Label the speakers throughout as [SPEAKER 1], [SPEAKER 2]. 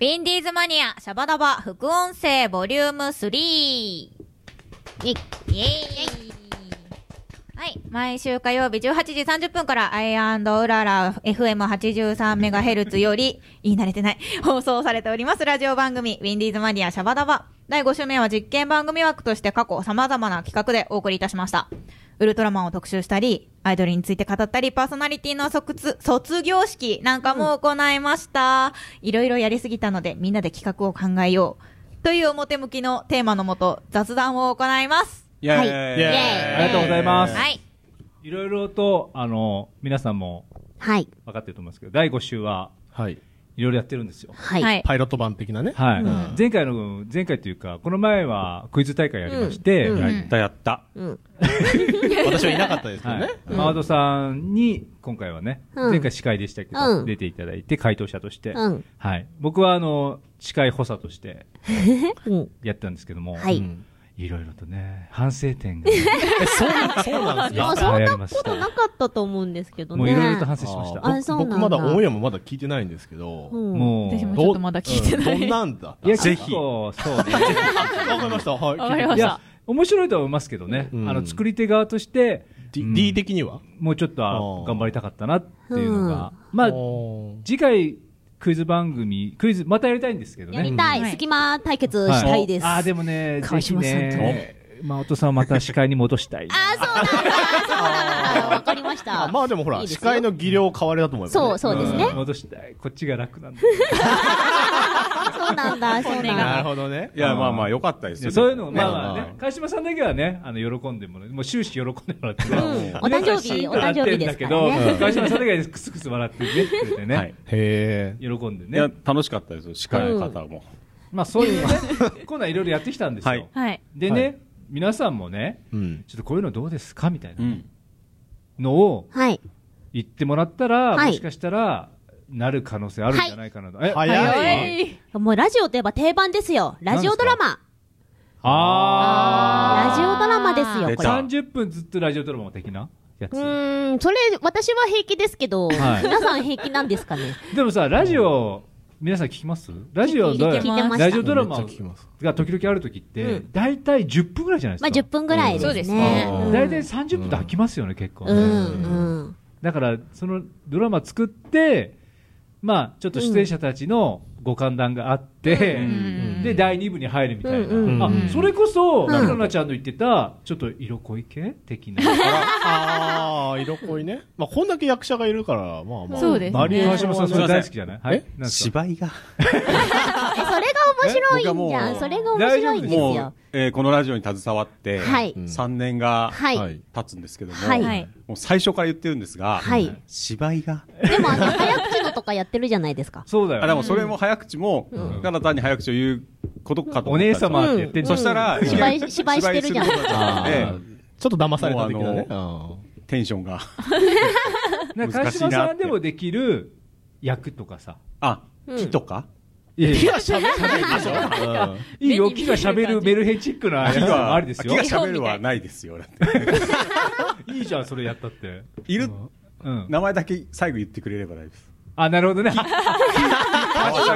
[SPEAKER 1] ウィンディーズマニア、シャバダバ、副音声、ボリューム3。イェイイェイはい。毎週火曜日18時30分から、アイウララ FM83MHz より、言い慣れてない、放送されておりますラジオ番組、ウィンディーズマニアシャバダバ。第5週目は実験番組枠として過去様々な企画でお送りいたしました。ウルトラマンを特集したり、アイドルについて語ったり、パーソナリティの卒卒業式なんかも行いました。いろいろやりすぎたので、みんなで企画を考えよう。という表向きのテーマのもと、雑談を行います。
[SPEAKER 2] イェーイ
[SPEAKER 3] は
[SPEAKER 2] イ
[SPEAKER 1] イェーイ
[SPEAKER 2] ありがとうございます。
[SPEAKER 1] はい。
[SPEAKER 4] いろいろと、あの、皆さんも
[SPEAKER 3] はい。
[SPEAKER 4] 分かってると思いますけど、第5週は
[SPEAKER 2] はい。
[SPEAKER 4] いろいろやってるんですよ。
[SPEAKER 3] はい。
[SPEAKER 1] はい
[SPEAKER 2] パイロット版的なね。
[SPEAKER 4] はい。
[SPEAKER 1] うん
[SPEAKER 4] 前回の、前回というか、この前はクイズ大会やりまして、
[SPEAKER 3] うん
[SPEAKER 4] は
[SPEAKER 1] う
[SPEAKER 4] い
[SPEAKER 1] ん
[SPEAKER 2] だやった。
[SPEAKER 3] うん。
[SPEAKER 2] 私はいなかったですけど
[SPEAKER 4] は
[SPEAKER 2] ね
[SPEAKER 4] い。
[SPEAKER 3] うん
[SPEAKER 4] マードさんに、今回はね、
[SPEAKER 3] うん
[SPEAKER 4] 前回司会でしたけ
[SPEAKER 3] う
[SPEAKER 4] ど、
[SPEAKER 3] ん
[SPEAKER 4] 出ていただいて、回答者として、
[SPEAKER 3] うん。
[SPEAKER 4] はい。僕は、あの、司会補佐として
[SPEAKER 3] うん。
[SPEAKER 4] やったんですけども、
[SPEAKER 3] は
[SPEAKER 2] う
[SPEAKER 3] い。
[SPEAKER 2] ん
[SPEAKER 4] いろいろとね、反省点が、
[SPEAKER 2] え、そうな、そうなんで
[SPEAKER 3] ですも
[SPEAKER 2] か
[SPEAKER 4] や っぱ
[SPEAKER 3] そんな
[SPEAKER 4] りまし
[SPEAKER 3] こと
[SPEAKER 4] た
[SPEAKER 3] なかったと思うんですけどね。
[SPEAKER 4] もういろいろと反省しまし
[SPEAKER 2] あ
[SPEAKER 4] た。
[SPEAKER 2] ー
[SPEAKER 3] あそうなんだ
[SPEAKER 2] 僕僕まだオンエアもまだ聞いてないんですけど。
[SPEAKER 3] うん
[SPEAKER 4] もう、
[SPEAKER 1] 私も
[SPEAKER 2] ど
[SPEAKER 1] ちょっとまだ聞いてな
[SPEAKER 2] うんどん
[SPEAKER 1] い。
[SPEAKER 2] なんだ
[SPEAKER 4] いや、
[SPEAKER 2] ぜ
[SPEAKER 4] 結
[SPEAKER 2] ひ。
[SPEAKER 4] 構、そうね。
[SPEAKER 2] あわかりました。はい。
[SPEAKER 1] わかりま
[SPEAKER 4] い
[SPEAKER 1] した
[SPEAKER 4] や、面白いとは思いますけどね、
[SPEAKER 2] うん
[SPEAKER 4] あの作り手側として、う
[SPEAKER 2] D,
[SPEAKER 4] ん
[SPEAKER 2] D 的には
[SPEAKER 4] もうちょっとあ
[SPEAKER 2] あー
[SPEAKER 4] 頑張りたかったなっていうのが、
[SPEAKER 2] ま
[SPEAKER 4] まあ、次回、クイズ番組、クイズ、またやりたいんですけどね。
[SPEAKER 3] やり
[SPEAKER 4] い。
[SPEAKER 3] た
[SPEAKER 1] はい
[SPEAKER 3] い。隙間対決したいです。
[SPEAKER 4] あー、でもね、ぜ
[SPEAKER 3] 川
[SPEAKER 4] ひ
[SPEAKER 3] 島さんと
[SPEAKER 4] ね、まあ、お父さんをまた司会に戻したい。
[SPEAKER 3] あー、そうなんだ。そうなんだ。わかりま した。
[SPEAKER 2] あまあでもほ
[SPEAKER 3] い
[SPEAKER 2] ら、
[SPEAKER 3] いです
[SPEAKER 2] 司
[SPEAKER 3] よ
[SPEAKER 2] 会の技量変わりだと思います、
[SPEAKER 3] そうそうですね
[SPEAKER 4] ん戻したい。こっちが楽なんで。
[SPEAKER 3] そうなんだ。そうな
[SPEAKER 2] な
[SPEAKER 3] ん
[SPEAKER 2] る
[SPEAKER 3] だ。
[SPEAKER 2] ほどね。
[SPEAKER 5] いや、まあまあ、良かったですよ。
[SPEAKER 4] そういうのを、
[SPEAKER 5] ね
[SPEAKER 4] まあまあね
[SPEAKER 2] う、ん
[SPEAKER 4] 川島さんだけはね、あの、喜んでもらって、もう終始喜んでもらって。
[SPEAKER 3] うん。お誕生日、お誕生日ですからね。
[SPEAKER 4] 川島さんだけはクスクス笑ってね、くれて
[SPEAKER 5] は
[SPEAKER 4] ね
[SPEAKER 5] い、
[SPEAKER 2] へ
[SPEAKER 4] 喜んで
[SPEAKER 5] いや
[SPEAKER 4] ね。、
[SPEAKER 5] 楽しかったですよ。司会の方も。
[SPEAKER 4] まあ、そういうね、こんなんいろいろやってきたんです
[SPEAKER 5] は
[SPEAKER 4] よ
[SPEAKER 5] い。。
[SPEAKER 1] はい。
[SPEAKER 4] で
[SPEAKER 2] は
[SPEAKER 4] ね、皆さんもね、
[SPEAKER 2] え。うん。
[SPEAKER 4] ちょっとこういうのどうですかみたいうなんのを
[SPEAKER 3] はい。
[SPEAKER 4] 言ってもらったら、
[SPEAKER 3] はい
[SPEAKER 4] もしかしたら、なる可能性あるんじゃないかなと。え
[SPEAKER 2] 早い。
[SPEAKER 1] い。
[SPEAKER 3] もうラジオといえば定番ですよ。ラジオドラマ。
[SPEAKER 4] あ
[SPEAKER 3] ラジオドラマですよ、
[SPEAKER 5] 出
[SPEAKER 3] こ
[SPEAKER 5] た
[SPEAKER 4] ー。
[SPEAKER 3] れ。
[SPEAKER 4] 30分ずっとラジオドラマ的なや
[SPEAKER 3] う
[SPEAKER 4] つ。
[SPEAKER 3] ーん、それ、私は平気ですけど、
[SPEAKER 4] はい
[SPEAKER 3] 皆さん平気なんですかね。
[SPEAKER 4] でもさ、ラジオ、皆さん聞きますラジオの、
[SPEAKER 3] 聞いてました
[SPEAKER 4] ラジオドラマ
[SPEAKER 2] めっちゃ聞きます
[SPEAKER 4] が時々ある時って
[SPEAKER 3] う、
[SPEAKER 4] 大体10分ぐらいじゃないです
[SPEAKER 3] まあ、
[SPEAKER 4] か。
[SPEAKER 3] 10分ぐらいですね。
[SPEAKER 1] そうですね
[SPEAKER 3] うん
[SPEAKER 4] 大体30分と飽きますよね、結構ね。
[SPEAKER 3] うん、うん。
[SPEAKER 4] だから、そのドラマ作って、まあ、ちょっと出演者たちのご歓談があって、
[SPEAKER 1] ん
[SPEAKER 4] で、第2部に入るみたいな。
[SPEAKER 3] うん
[SPEAKER 2] うん
[SPEAKER 4] あ
[SPEAKER 2] うん、
[SPEAKER 4] それこそ、
[SPEAKER 3] うん
[SPEAKER 4] ななちゃんの言ってた、ちょっと色恋系的な。
[SPEAKER 2] ああー、色濃いね。まあ、こんだけ役者がいるから、まあまあ。
[SPEAKER 1] そうですね
[SPEAKER 2] バリエー
[SPEAKER 4] 川
[SPEAKER 2] ショ
[SPEAKER 4] 島
[SPEAKER 2] ン
[SPEAKER 4] さ
[SPEAKER 2] は
[SPEAKER 4] ん、それ大好きじゃないはい
[SPEAKER 2] え。
[SPEAKER 4] なんですか
[SPEAKER 5] 芝居が。
[SPEAKER 3] え、それが面白いんじゃ
[SPEAKER 5] え僕はも
[SPEAKER 3] ん。
[SPEAKER 5] う
[SPEAKER 3] それが面白いんです
[SPEAKER 5] も
[SPEAKER 3] よ
[SPEAKER 5] う。、えーこのラジオに携わって、
[SPEAKER 3] はい
[SPEAKER 5] 3年が
[SPEAKER 3] はい。
[SPEAKER 2] はい
[SPEAKER 5] 経つんですけども、
[SPEAKER 3] はい
[SPEAKER 1] はい
[SPEAKER 5] もう最初から言ってるんですが、
[SPEAKER 3] はい
[SPEAKER 5] 芝居が。
[SPEAKER 3] でも、あの、早口のとかやってるじゃないですか。
[SPEAKER 4] そうだ
[SPEAKER 5] あ、で
[SPEAKER 4] よ
[SPEAKER 5] も
[SPEAKER 4] ね。
[SPEAKER 5] それも早口も、ただ単に早口を言うことかと
[SPEAKER 4] お
[SPEAKER 5] 思ったん
[SPEAKER 4] 姉
[SPEAKER 5] ですよ。
[SPEAKER 4] 様って言ってんじゃ
[SPEAKER 5] そし
[SPEAKER 4] ん
[SPEAKER 5] たら、
[SPEAKER 3] うん芝居
[SPEAKER 5] いきなり
[SPEAKER 3] 芝居してるじゃ
[SPEAKER 5] 芝
[SPEAKER 3] ん
[SPEAKER 5] 居すことになっ
[SPEAKER 2] あ
[SPEAKER 5] ちゃっ
[SPEAKER 2] ーちょっと騙された的なね。
[SPEAKER 5] てテンションが。
[SPEAKER 4] なんか川島さんでもできる役とかさ。
[SPEAKER 5] あ、
[SPEAKER 3] うん
[SPEAKER 5] 木とか
[SPEAKER 4] いやい
[SPEAKER 2] 木
[SPEAKER 4] や
[SPEAKER 2] が喋るでしょうん
[SPEAKER 4] いいよ、
[SPEAKER 1] 目に見
[SPEAKER 4] 木
[SPEAKER 1] え
[SPEAKER 4] が
[SPEAKER 1] る
[SPEAKER 4] 喋るメルヘチックな
[SPEAKER 5] 木
[SPEAKER 4] 役も
[SPEAKER 5] が、
[SPEAKER 4] ありですよ
[SPEAKER 5] 木が。喋るはないですよ。だって
[SPEAKER 4] いいじゃん、それやったって。
[SPEAKER 5] いる、
[SPEAKER 4] うん。
[SPEAKER 5] 名前だけ最後言ってくれれば大丈夫です。
[SPEAKER 4] あ、なるほどね。
[SPEAKER 5] 川島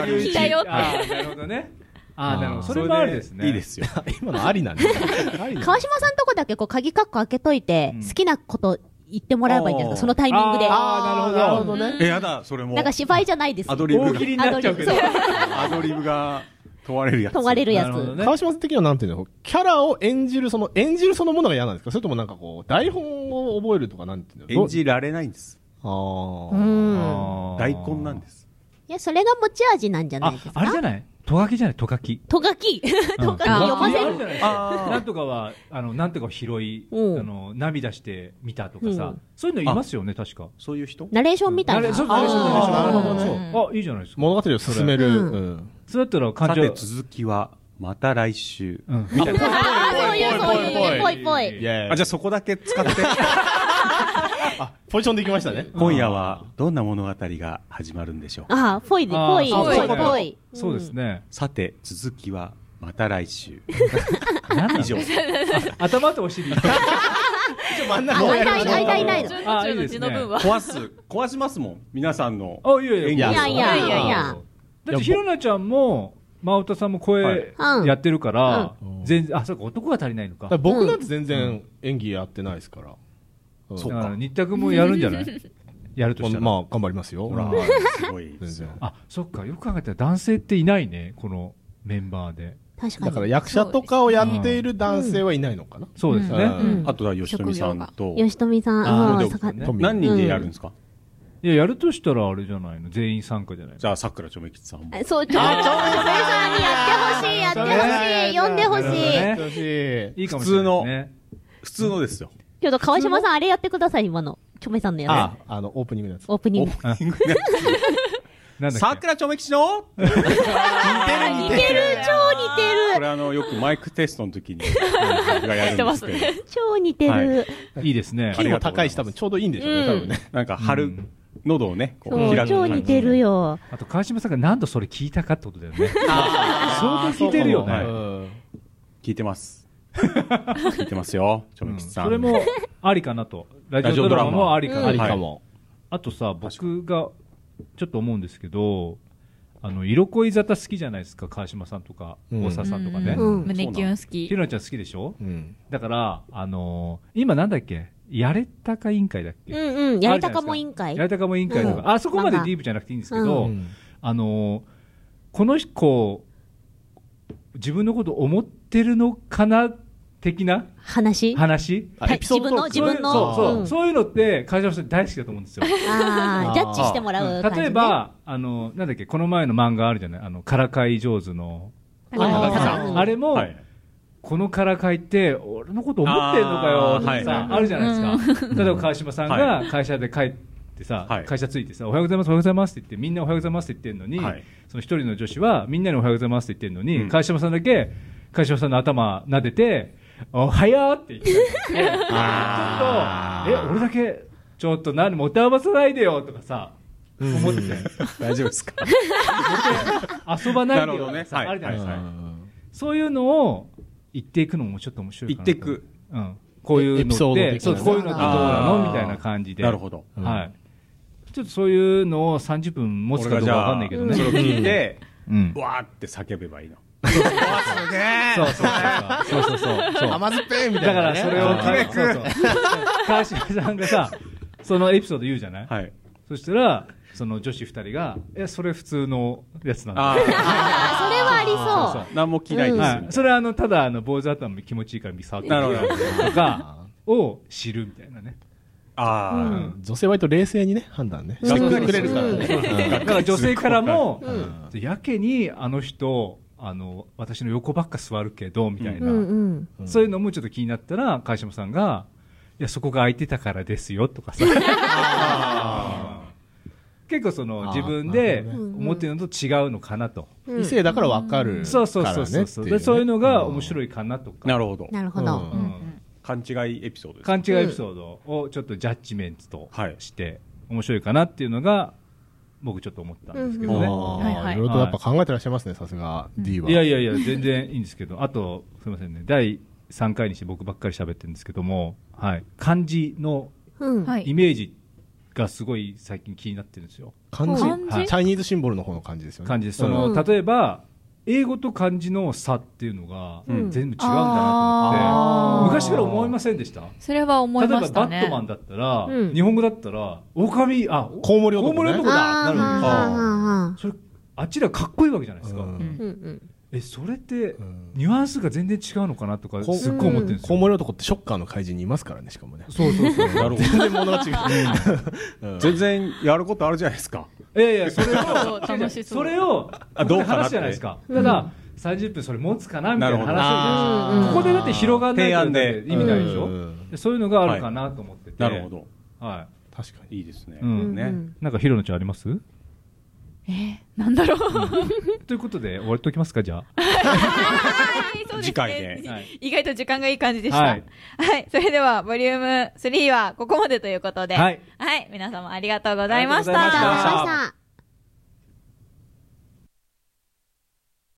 [SPEAKER 5] 隆
[SPEAKER 1] 聞いたよって
[SPEAKER 4] あなるほどね。あ、なるほど。
[SPEAKER 2] あー
[SPEAKER 4] それもありですね。
[SPEAKER 5] いいで。すよ。
[SPEAKER 2] 今のありなんだ。ありなんだ
[SPEAKER 3] 川島さんとこだけ、こう、鍵カッコ開けといて、
[SPEAKER 4] うん
[SPEAKER 3] 好きなこと言ってもらえばいいんじゃないですか、そのタイミングで。
[SPEAKER 4] あーなるほど。
[SPEAKER 2] ね。
[SPEAKER 5] え、やだ、それも。
[SPEAKER 3] なんか芝居じゃないですよ。
[SPEAKER 5] アドリブ
[SPEAKER 4] 大喜利になっちゃうけど
[SPEAKER 3] アド。リ
[SPEAKER 5] アドリブが問われるやつ。
[SPEAKER 3] 問われるや
[SPEAKER 4] なるほど
[SPEAKER 3] つ。
[SPEAKER 4] ね
[SPEAKER 2] 川島さん的にはなんていうのキャラを演じる、その、演じるそのものが嫌なんですかそれともなんかこう、台本を覚えるとかなんていうの
[SPEAKER 5] 演じられないんです。
[SPEAKER 2] あー
[SPEAKER 3] うん。
[SPEAKER 4] あー
[SPEAKER 5] 大根なんです。
[SPEAKER 3] いや、それが持ち味なんじゃない
[SPEAKER 4] あ
[SPEAKER 3] です、
[SPEAKER 4] あれじゃ
[SPEAKER 3] か。
[SPEAKER 4] ないトカキじゃないトカキ。
[SPEAKER 3] とがき。 とがき
[SPEAKER 1] あー
[SPEAKER 3] 読ませ
[SPEAKER 4] あ
[SPEAKER 3] る
[SPEAKER 4] る。じゃない
[SPEAKER 5] あー
[SPEAKER 4] なんとかは、あの、なんとかを拾い、あ
[SPEAKER 3] うん
[SPEAKER 4] の、涙して見たとか
[SPEAKER 3] う
[SPEAKER 4] さ
[SPEAKER 3] ん、
[SPEAKER 4] そういうのいますよね、確か。
[SPEAKER 5] そういう人
[SPEAKER 3] ナレーションみたい
[SPEAKER 4] あ
[SPEAKER 3] な。
[SPEAKER 4] れそう
[SPEAKER 3] あ
[SPEAKER 4] そうそうそう
[SPEAKER 2] あーなるほど
[SPEAKER 4] そうそうあ、いいじゃないですか。
[SPEAKER 2] 物語を進める。
[SPEAKER 3] うん
[SPEAKER 2] うん
[SPEAKER 4] そうやったら
[SPEAKER 5] さ
[SPEAKER 4] 感
[SPEAKER 5] て
[SPEAKER 4] 情、
[SPEAKER 5] 続きは、また来週。
[SPEAKER 4] うん。
[SPEAKER 5] みたいな。
[SPEAKER 3] あー、そういう、そういう、ぽいぽい。
[SPEAKER 5] あ、じゃあそこだけ使って。
[SPEAKER 2] ポジションでいきましたね。
[SPEAKER 5] 今夜は、どんな物語が始まるんでしょう
[SPEAKER 3] ああ、ぽいで、
[SPEAKER 4] あー
[SPEAKER 3] ぽい、
[SPEAKER 4] そう
[SPEAKER 3] ぽ
[SPEAKER 4] そう
[SPEAKER 3] い、ぽい。
[SPEAKER 4] そうですね。
[SPEAKER 5] さて、続きは、また来週。
[SPEAKER 4] 以
[SPEAKER 5] 以上。。
[SPEAKER 4] 頭とお尻。
[SPEAKER 2] 真ん中
[SPEAKER 3] あ、
[SPEAKER 2] を
[SPEAKER 3] い
[SPEAKER 2] やる
[SPEAKER 3] ない、あいない、いないの。
[SPEAKER 4] あいいですね
[SPEAKER 1] の分は。
[SPEAKER 5] 壊す、壊しますもん。皆さんの。
[SPEAKER 4] あ、いやいや。
[SPEAKER 5] いや
[SPEAKER 3] いやいやいやいや
[SPEAKER 4] だってひろなちゃんも真歌さんも声
[SPEAKER 3] はい
[SPEAKER 4] やってるから、
[SPEAKER 2] うん
[SPEAKER 4] 全然あそうか男が足りないのか
[SPEAKER 2] だから僕なんて全然演技やってないですから。うん
[SPEAKER 5] そう
[SPEAKER 4] だか
[SPEAKER 5] から
[SPEAKER 4] 新田君もやるんじゃない やると
[SPEAKER 2] こ
[SPEAKER 4] し
[SPEAKER 2] ん
[SPEAKER 4] たら、
[SPEAKER 2] まあ、頑張りますよ。
[SPEAKER 5] ほら
[SPEAKER 2] はい
[SPEAKER 5] すごい
[SPEAKER 2] 全然。
[SPEAKER 4] あそっかよく考えたら男性っていないねこのメンバーで
[SPEAKER 3] 確か
[SPEAKER 2] だから
[SPEAKER 3] に。
[SPEAKER 2] 役者とかをやっている男性はいないのかな。
[SPEAKER 4] そうですね、
[SPEAKER 2] うん
[SPEAKER 3] うん
[SPEAKER 5] あとは吉富さんと
[SPEAKER 3] 吉富さん、
[SPEAKER 4] あー
[SPEAKER 3] あ
[SPEAKER 5] で
[SPEAKER 3] あ、下がっ
[SPEAKER 4] ね
[SPEAKER 2] 富
[SPEAKER 5] 何人でやるんですか
[SPEAKER 4] いややるとしたらあれじゃないの全員参加じゃないの
[SPEAKER 5] じゃあさくらちょめきちさんも
[SPEAKER 3] えそう、ちょ、ちょ、ちょ、さんにやってほしい、やってほしい、呼んでほし
[SPEAKER 4] なるほど
[SPEAKER 3] い。
[SPEAKER 4] ね
[SPEAKER 2] 楽しい
[SPEAKER 4] いいかもしれないね
[SPEAKER 5] 普通のですよ
[SPEAKER 3] けど、川島さん、あれやってください、今の。ちょめさんのや
[SPEAKER 2] あ、あの、オープニングのやつ
[SPEAKER 3] つ。。オープニン
[SPEAKER 5] オ
[SPEAKER 3] グ。
[SPEAKER 5] ープニング
[SPEAKER 4] なんだっ
[SPEAKER 5] さ
[SPEAKER 4] け
[SPEAKER 5] くらちょめきちのこ
[SPEAKER 3] 似てる、超似てる。
[SPEAKER 5] れあのよくマイクテストの時に僕がやるんですけど
[SPEAKER 3] 超似てる。
[SPEAKER 4] いいですね
[SPEAKER 5] あ
[SPEAKER 2] キ
[SPEAKER 5] り
[SPEAKER 2] ー
[SPEAKER 5] が
[SPEAKER 2] も
[SPEAKER 5] とうご
[SPEAKER 2] 高
[SPEAKER 5] ざいま
[SPEAKER 2] い
[SPEAKER 5] す
[SPEAKER 2] し、多分ちょうどいいんでしょうね、多分ね。
[SPEAKER 5] なんか
[SPEAKER 4] う
[SPEAKER 5] 春
[SPEAKER 4] ん
[SPEAKER 5] 喉をねこ
[SPEAKER 3] そう
[SPEAKER 5] う開く
[SPEAKER 3] 超
[SPEAKER 5] 感じ
[SPEAKER 3] 似てるよ。
[SPEAKER 4] あと川島さんが何度それ聞いたかってことだよ ね
[SPEAKER 2] あ
[SPEAKER 4] 相当聞いてるよね
[SPEAKER 2] そうかもうん
[SPEAKER 5] 聞いてます 聞いてますよちょめきちさん
[SPEAKER 4] それもありかなとラジオドラマもありかなと
[SPEAKER 2] あ
[SPEAKER 5] ラ
[SPEAKER 2] り
[SPEAKER 5] ジオドラマ
[SPEAKER 2] かも。
[SPEAKER 4] あとさ、僕がちょっと思うんですけど、あの色恋沙汰好きじゃないですか、川島さんとか、
[SPEAKER 2] うん
[SPEAKER 4] 大沢さんとかね
[SPEAKER 1] う。ん
[SPEAKER 3] うん
[SPEAKER 1] 胸キュン好き
[SPEAKER 4] ひ。ろなちゃん好きでしょ
[SPEAKER 2] うん。
[SPEAKER 4] だから、あのー今なんだっけ、やれたか委員会だっけ、
[SPEAKER 3] うんうん、やりたかも委員会
[SPEAKER 4] や。れたかも委員会とか、
[SPEAKER 2] うん
[SPEAKER 4] あそこまでディープじゃなくていいんですけど、
[SPEAKER 2] うん
[SPEAKER 4] あのーこの子、自分のこと思ってるのかな的な
[SPEAKER 3] 話
[SPEAKER 4] 話。
[SPEAKER 2] あエピソードトーク
[SPEAKER 3] 自分の
[SPEAKER 4] そうそうそう
[SPEAKER 3] うん
[SPEAKER 4] そういうのって、川島さん大好きだと思うんですよ。
[SPEAKER 3] ああ、ジャッジしてもらう感じ。
[SPEAKER 4] 例え、ば、あの、なんだっけ、この前の漫画あるじゃないあの、からかい上手の。
[SPEAKER 3] あ
[SPEAKER 5] 高木さ
[SPEAKER 3] ー
[SPEAKER 5] ん
[SPEAKER 4] あれも、
[SPEAKER 5] はい
[SPEAKER 4] このからかいって、俺のこと思ってんのかよ
[SPEAKER 5] あー
[SPEAKER 4] ってさ、
[SPEAKER 5] はい
[SPEAKER 4] あるじゃないですか。例えば川島さんが
[SPEAKER 5] は
[SPEAKER 4] 会社で帰ってさ、
[SPEAKER 5] はい
[SPEAKER 4] 会社ついてさ、おはようございます、おはようございますって言って、みんなおはようございますって言ってんのに、
[SPEAKER 5] はい
[SPEAKER 4] その一人の女子は、みんなにおはようございますって言ってんのに、
[SPEAKER 5] うん
[SPEAKER 4] 川島さんだけ、川島さんの頭撫でて、おはようって言って、
[SPEAKER 5] あ
[SPEAKER 4] え、俺だけ、ちょっと何、持て合わせないでよとかさ、思ってて。
[SPEAKER 5] 大丈夫 ですか
[SPEAKER 4] 遊ばないで
[SPEAKER 5] なるほ
[SPEAKER 4] よ
[SPEAKER 5] どね
[SPEAKER 4] さ
[SPEAKER 5] はい
[SPEAKER 4] あるじゃないですか、
[SPEAKER 5] は
[SPEAKER 4] そういうのを言っていくのもちょっと面白
[SPEAKER 5] 行
[SPEAKER 4] いか
[SPEAKER 5] っ
[SPEAKER 4] な
[SPEAKER 5] て
[SPEAKER 4] と
[SPEAKER 5] く、
[SPEAKER 4] うん、こういう
[SPEAKER 2] エピ
[SPEAKER 4] の
[SPEAKER 2] ソ
[SPEAKER 4] っ
[SPEAKER 2] ード
[SPEAKER 4] て
[SPEAKER 2] 的
[SPEAKER 4] そ
[SPEAKER 2] な
[SPEAKER 4] う
[SPEAKER 2] ね
[SPEAKER 4] こういうのってどうな
[SPEAKER 5] あ
[SPEAKER 4] の
[SPEAKER 5] ー
[SPEAKER 4] みたいな感じで
[SPEAKER 5] なるほど
[SPEAKER 4] はい、ちょっとそういうのを30分持つ
[SPEAKER 5] 俺
[SPEAKER 4] か
[SPEAKER 5] が
[SPEAKER 4] どう
[SPEAKER 5] じ
[SPEAKER 4] か
[SPEAKER 5] ゃ
[SPEAKER 4] わ
[SPEAKER 5] あ
[SPEAKER 4] かんないけど
[SPEAKER 5] そ
[SPEAKER 4] ね
[SPEAKER 5] れを聞いて
[SPEAKER 4] うん
[SPEAKER 5] わーって叫べばいいの
[SPEAKER 4] そう そうそうそうそうそうそう
[SPEAKER 2] 甘酸っぱいみた
[SPEAKER 4] だ
[SPEAKER 2] い
[SPEAKER 4] か
[SPEAKER 2] な
[SPEAKER 4] ら
[SPEAKER 2] ね。
[SPEAKER 4] それを
[SPEAKER 2] あー
[SPEAKER 4] そうそう川島さんがさそのエピソード言うじゃない、
[SPEAKER 5] はい
[SPEAKER 4] そしたらその女子2人が「えそれ普通のやつなんだ」
[SPEAKER 5] あー
[SPEAKER 3] あそれはありそう。
[SPEAKER 5] 何も聞いないです
[SPEAKER 4] はい、
[SPEAKER 5] み
[SPEAKER 4] それはあのただあの坊主頭も気持ちいいから見触って
[SPEAKER 5] なるほど
[SPEAKER 4] とかを知るみたいなね
[SPEAKER 5] ああ、
[SPEAKER 2] 女性割と冷静にね、判断ね。
[SPEAKER 3] うん
[SPEAKER 2] してくれるから
[SPEAKER 3] うん
[SPEAKER 2] ね。
[SPEAKER 4] だから女性からも、
[SPEAKER 3] うん
[SPEAKER 4] やけにあの人あの私の横ばっか座るけどみたいな、
[SPEAKER 3] うんうん。
[SPEAKER 2] うん
[SPEAKER 4] そういうのもちょっと気になったら川島さんがいやそこが空いてたからですよとか さ結構その
[SPEAKER 2] あー
[SPEAKER 4] 自分で
[SPEAKER 2] なる
[SPEAKER 3] ほどね
[SPEAKER 4] 思ってるのと違うのかなと、
[SPEAKER 3] うん
[SPEAKER 2] 異性だから分かるからね。
[SPEAKER 4] そうそうそうそうそう、でそういうのが面白
[SPEAKER 2] い。
[SPEAKER 4] いかなとか、
[SPEAKER 5] なるほど
[SPEAKER 3] なるほ
[SPEAKER 2] う
[SPEAKER 3] ど
[SPEAKER 2] ん。
[SPEAKER 4] うん
[SPEAKER 5] 勘違いエピソードです
[SPEAKER 4] 勘違いエピソードをちょっとジャッジメントと
[SPEAKER 5] はい
[SPEAKER 4] して面白いかなっていうのが僕ちょっと思ったんですけ
[SPEAKER 2] あー
[SPEAKER 4] どね、
[SPEAKER 1] はいはい
[SPEAKER 2] いろいろとやっぱ考えてらっしゃいますね、さすが D は。
[SPEAKER 4] いやいやいや全然いいんですけどあとすいませんね第3回にして僕ばっかり喋ってるんですけども、はい、漢字の
[SPEAKER 3] うん。
[SPEAKER 1] は
[SPEAKER 4] イ
[SPEAKER 1] い。
[SPEAKER 4] メージがすごい最近気になってるんですよ
[SPEAKER 2] 漢字。
[SPEAKER 1] 漢字
[SPEAKER 2] はいチャイニーズシンボルの方の漢字ですよね。
[SPEAKER 4] 漢字ですそ
[SPEAKER 2] うん
[SPEAKER 4] の、
[SPEAKER 3] うん
[SPEAKER 4] 例えば英語と漢字の差っていうのが
[SPEAKER 5] うん
[SPEAKER 4] 全部違うんだなと
[SPEAKER 1] あー
[SPEAKER 4] 思って、昔から思いませんでした
[SPEAKER 1] それは思
[SPEAKER 4] 例
[SPEAKER 1] い
[SPEAKER 4] えば
[SPEAKER 1] ま
[SPEAKER 4] バ
[SPEAKER 1] した
[SPEAKER 4] ッ
[SPEAKER 1] ね。
[SPEAKER 4] トマンだったら、
[SPEAKER 3] うん
[SPEAKER 4] 日本語だったら狼あ
[SPEAKER 2] コウモリ
[SPEAKER 4] コ
[SPEAKER 2] 男
[SPEAKER 4] ウ
[SPEAKER 2] ね
[SPEAKER 4] モリ男だなる
[SPEAKER 5] ー
[SPEAKER 4] わ
[SPEAKER 5] はい
[SPEAKER 3] ああ
[SPEAKER 4] けですそれあっちらかっこいいわけじゃないですか、
[SPEAKER 2] うん
[SPEAKER 1] うん
[SPEAKER 3] ー、うんうん。
[SPEAKER 4] えそれって
[SPEAKER 2] うん
[SPEAKER 4] ニュアンスが全然違うのかなとか
[SPEAKER 2] こう
[SPEAKER 4] すっごい思ってるんです
[SPEAKER 2] コ
[SPEAKER 4] よ、
[SPEAKER 2] ウモリ男ってショッカーの怪人にいますからね、しかもね。
[SPEAKER 4] そうそう そう
[SPEAKER 5] なるほど
[SPEAKER 2] 全然物が違う。うん
[SPEAKER 5] 全然やることあるじゃないですか
[SPEAKER 4] いやいやそれ
[SPEAKER 1] そう
[SPEAKER 4] を
[SPEAKER 1] 楽しそう
[SPEAKER 4] それを
[SPEAKER 5] あどうかな
[SPEAKER 4] 話
[SPEAKER 5] って
[SPEAKER 4] じゃないですか、ただ30分それ持つかなみたいな話を
[SPEAKER 5] なるほど
[SPEAKER 4] するじゃないですか
[SPEAKER 2] あー
[SPEAKER 4] ここでだって広がんない
[SPEAKER 5] 提
[SPEAKER 4] と
[SPEAKER 5] 案で
[SPEAKER 4] 意味ないでしょ、
[SPEAKER 2] うん
[SPEAKER 4] でそういうのがあるかなと思ってて、
[SPEAKER 5] なるほど
[SPEAKER 4] は
[SPEAKER 2] 確かに。
[SPEAKER 5] いいですね、
[SPEAKER 4] い、うん
[SPEAKER 5] ね、
[SPEAKER 3] うん
[SPEAKER 4] なんかヒロのちゃんあります
[SPEAKER 1] えー、なんだろう。
[SPEAKER 4] ということで終わりときますかじゃあ
[SPEAKER 1] そうですね
[SPEAKER 5] 次回で
[SPEAKER 4] はい
[SPEAKER 1] 意外と時間がいい感じでした。
[SPEAKER 4] は
[SPEAKER 1] はいい。それでは、ボリューム3はここまでということで。
[SPEAKER 4] はい。
[SPEAKER 1] はい。皆様ありがとうございまし。
[SPEAKER 4] ありがとうございました
[SPEAKER 3] ありがとうございました。